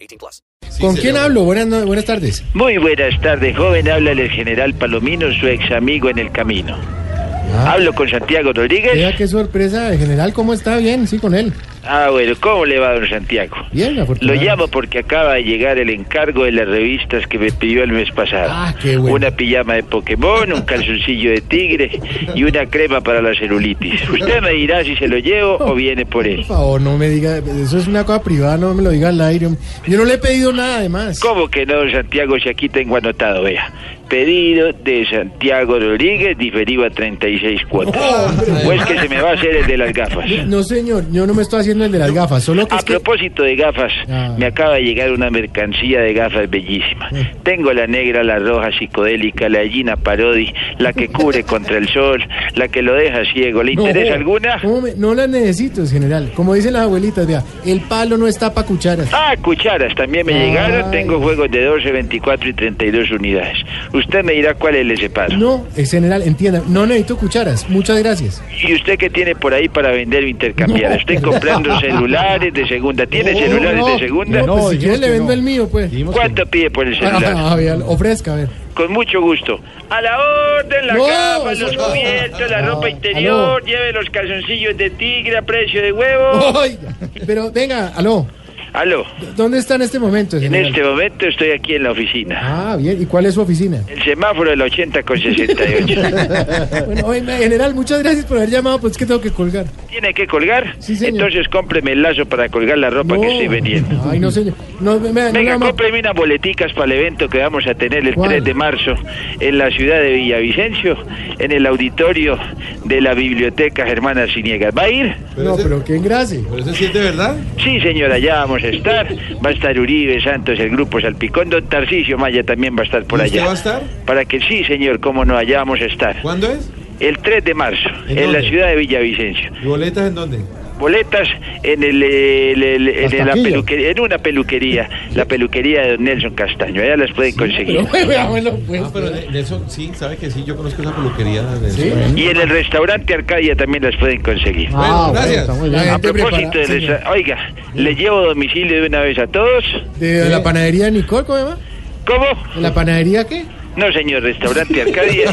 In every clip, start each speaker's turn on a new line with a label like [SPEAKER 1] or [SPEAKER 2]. [SPEAKER 1] 18 plus.
[SPEAKER 2] ¿Con quién hablo? Buenas, no- buenas tardes.
[SPEAKER 3] Muy buenas tardes, joven. Habla el general Palomino, su ex amigo en el camino. Hablo con Santiago Rodríguez.
[SPEAKER 2] Ah. Vea qué sorpresa, en general, ¿cómo está? Bien, sí, con él.
[SPEAKER 3] Ah, bueno, ¿cómo le va, don Santiago?
[SPEAKER 2] Bien,
[SPEAKER 3] Lo
[SPEAKER 2] afortunadamente.
[SPEAKER 3] llamo porque acaba de llegar el encargo de las revistas que me pidió el mes pasado.
[SPEAKER 2] Ah, qué bueno.
[SPEAKER 3] Una pijama de Pokémon, un calzoncillo de tigre y una crema para la celulitis. Usted me dirá si se lo llevo o viene por él.
[SPEAKER 2] Por favor, no me diga, eso es una cosa privada, no me lo diga al aire. hombre. Yo no le he pedido nada, además.
[SPEAKER 3] ¿Cómo que no, don Santiago? Si aquí tengo anotado, vea. Pedido de Santiago Rodríguez, diferido a 36 cuotas.
[SPEAKER 2] Oh,
[SPEAKER 3] o es que se me va a hacer el de las gafas.
[SPEAKER 2] No, señor, yo no me estoy haciendo el de las gafas, solo que
[SPEAKER 3] A
[SPEAKER 2] es que...
[SPEAKER 3] propósito de gafas,
[SPEAKER 2] Ah.
[SPEAKER 3] me acaba de llegar una mercancía de gafas bellísima.
[SPEAKER 2] Eh.
[SPEAKER 3] Tengo la negra, la roja psicodélica, la gallina parodi, la que cubre contra el sol, la que lo deja ciego. ¿Le
[SPEAKER 2] No, Oh.
[SPEAKER 3] interesa alguna?
[SPEAKER 2] ¿cómo me- No las necesito, general. Como dicen las abuelitas, vea, el palo no está para cucharas.
[SPEAKER 3] Ah, cucharas también me llegaron.
[SPEAKER 2] Ay.
[SPEAKER 3] Tengo juegos de 12, 24 y 32 unidades. Usted me dirá cuáles le separo.
[SPEAKER 2] No, eh, general, entienda, no necesito cucharas. Muchas gracias.
[SPEAKER 3] ¿Y usted qué tiene por ahí para vender o intercambiar?
[SPEAKER 2] No.
[SPEAKER 3] Estoy comprando celulares de segunda. ¿Tiene
[SPEAKER 2] No,
[SPEAKER 3] celulares
[SPEAKER 2] no,
[SPEAKER 3] de segunda?
[SPEAKER 2] No, pues, si quiere le vendo el mío, pues.
[SPEAKER 3] ¿Cuánto pide por el celular?
[SPEAKER 2] Ah, vea, ofrezca, a ver.
[SPEAKER 3] Con mucho gusto. A la orden, la
[SPEAKER 2] No,
[SPEAKER 3] cama,
[SPEAKER 2] eso
[SPEAKER 3] los
[SPEAKER 2] no.
[SPEAKER 3] cubiertos, la
[SPEAKER 2] No,
[SPEAKER 3] ropa interior, lleve los calzoncillos de tigre a precio de huevo.
[SPEAKER 2] Oiga, Pero venga, aló,
[SPEAKER 3] Aló,
[SPEAKER 2] ¿dónde está en este momento,
[SPEAKER 3] en
[SPEAKER 2] general?
[SPEAKER 3] este momento estoy aquí en la oficina.
[SPEAKER 2] Ah, bien. ¿Y cuál es su oficina?
[SPEAKER 3] El semáforo de la 80 con 68.
[SPEAKER 2] bueno, oye, general, muchas gracias por haber llamado, pues es que tengo que colgar.
[SPEAKER 3] ¿Tiene que colgar?
[SPEAKER 2] Sí, señor.
[SPEAKER 3] Entonces cómpreme el lazo para colgar la ropa que estoy vendiendo.
[SPEAKER 2] Ay, no, señor. No, me, me- no,
[SPEAKER 3] Venga,
[SPEAKER 2] no, ma-
[SPEAKER 3] cómpreme unas boleticas para el evento que vamos a tener el
[SPEAKER 2] ¿Cuál?
[SPEAKER 3] 3 de marzo en la ciudad de Villavicencio, en el auditorio de la Biblioteca Germana Ciniegas. ¿Va a ir?
[SPEAKER 2] no, pero qué engrase.
[SPEAKER 4] ¿Pero ese sí es de verdad?
[SPEAKER 3] Sí, señora, ya vamos a estar. Va a estar Uribe Santos, el grupo Salpicón. Don Tarcisio Maya también va a estar por
[SPEAKER 4] ¿Y usted
[SPEAKER 3] allá.
[SPEAKER 4] va a estar?
[SPEAKER 3] Para que sí, señor, cómo no, allá vamos a estar.
[SPEAKER 4] ¿Cuándo es?
[SPEAKER 3] El 3 de marzo,
[SPEAKER 4] ¿En
[SPEAKER 3] en, la
[SPEAKER 4] dónde?
[SPEAKER 3] ciudad de Villavicencio.
[SPEAKER 4] ¿Y boletas en dónde?
[SPEAKER 3] Boletas en el, eh, el- el- en,
[SPEAKER 2] Hasta
[SPEAKER 3] la
[SPEAKER 2] aquí ya.
[SPEAKER 3] peluquería, en una peluquería, la peluquería de don Nelson Castaño. Allá las pueden conseguir.
[SPEAKER 2] Pero, veámoslo, pues.
[SPEAKER 4] Ah, pero Nelson, sí, sabe que sí, yo conozco esa peluquería. Nelson.
[SPEAKER 2] Sí.
[SPEAKER 3] Y en el restaurante Arcadia también las pueden conseguir.
[SPEAKER 2] Ah, bueno,
[SPEAKER 4] gracias.
[SPEAKER 2] está muy bien.
[SPEAKER 4] A
[SPEAKER 2] La
[SPEAKER 3] A
[SPEAKER 2] gente
[SPEAKER 3] propósito
[SPEAKER 2] preparada,
[SPEAKER 3] del
[SPEAKER 2] señor.
[SPEAKER 3] restaurante, oiga, ¿le llevo domicilio de una vez a todos?
[SPEAKER 2] ¿De
[SPEAKER 3] ¿Eh?
[SPEAKER 2] la panadería de Nicole, cómo se llama?
[SPEAKER 3] ¿Cómo?
[SPEAKER 2] ¿De la panadería qué?
[SPEAKER 3] No, señor, restaurante Arcadia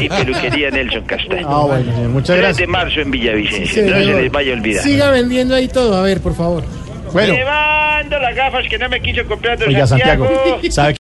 [SPEAKER 3] y peluquería Nelson Castaño.
[SPEAKER 2] Ah, bueno, señor, muchas
[SPEAKER 3] 3 de marzo en Villavicencio, no se
[SPEAKER 2] señor.
[SPEAKER 3] les vaya a olvidar.
[SPEAKER 2] Siga vendiendo ahí todo, a ver, por favor.
[SPEAKER 3] Llevando las gafas que no me quiso comprar don
[SPEAKER 5] Oiga, Santiago,
[SPEAKER 3] Santiago.
[SPEAKER 5] ¿sabe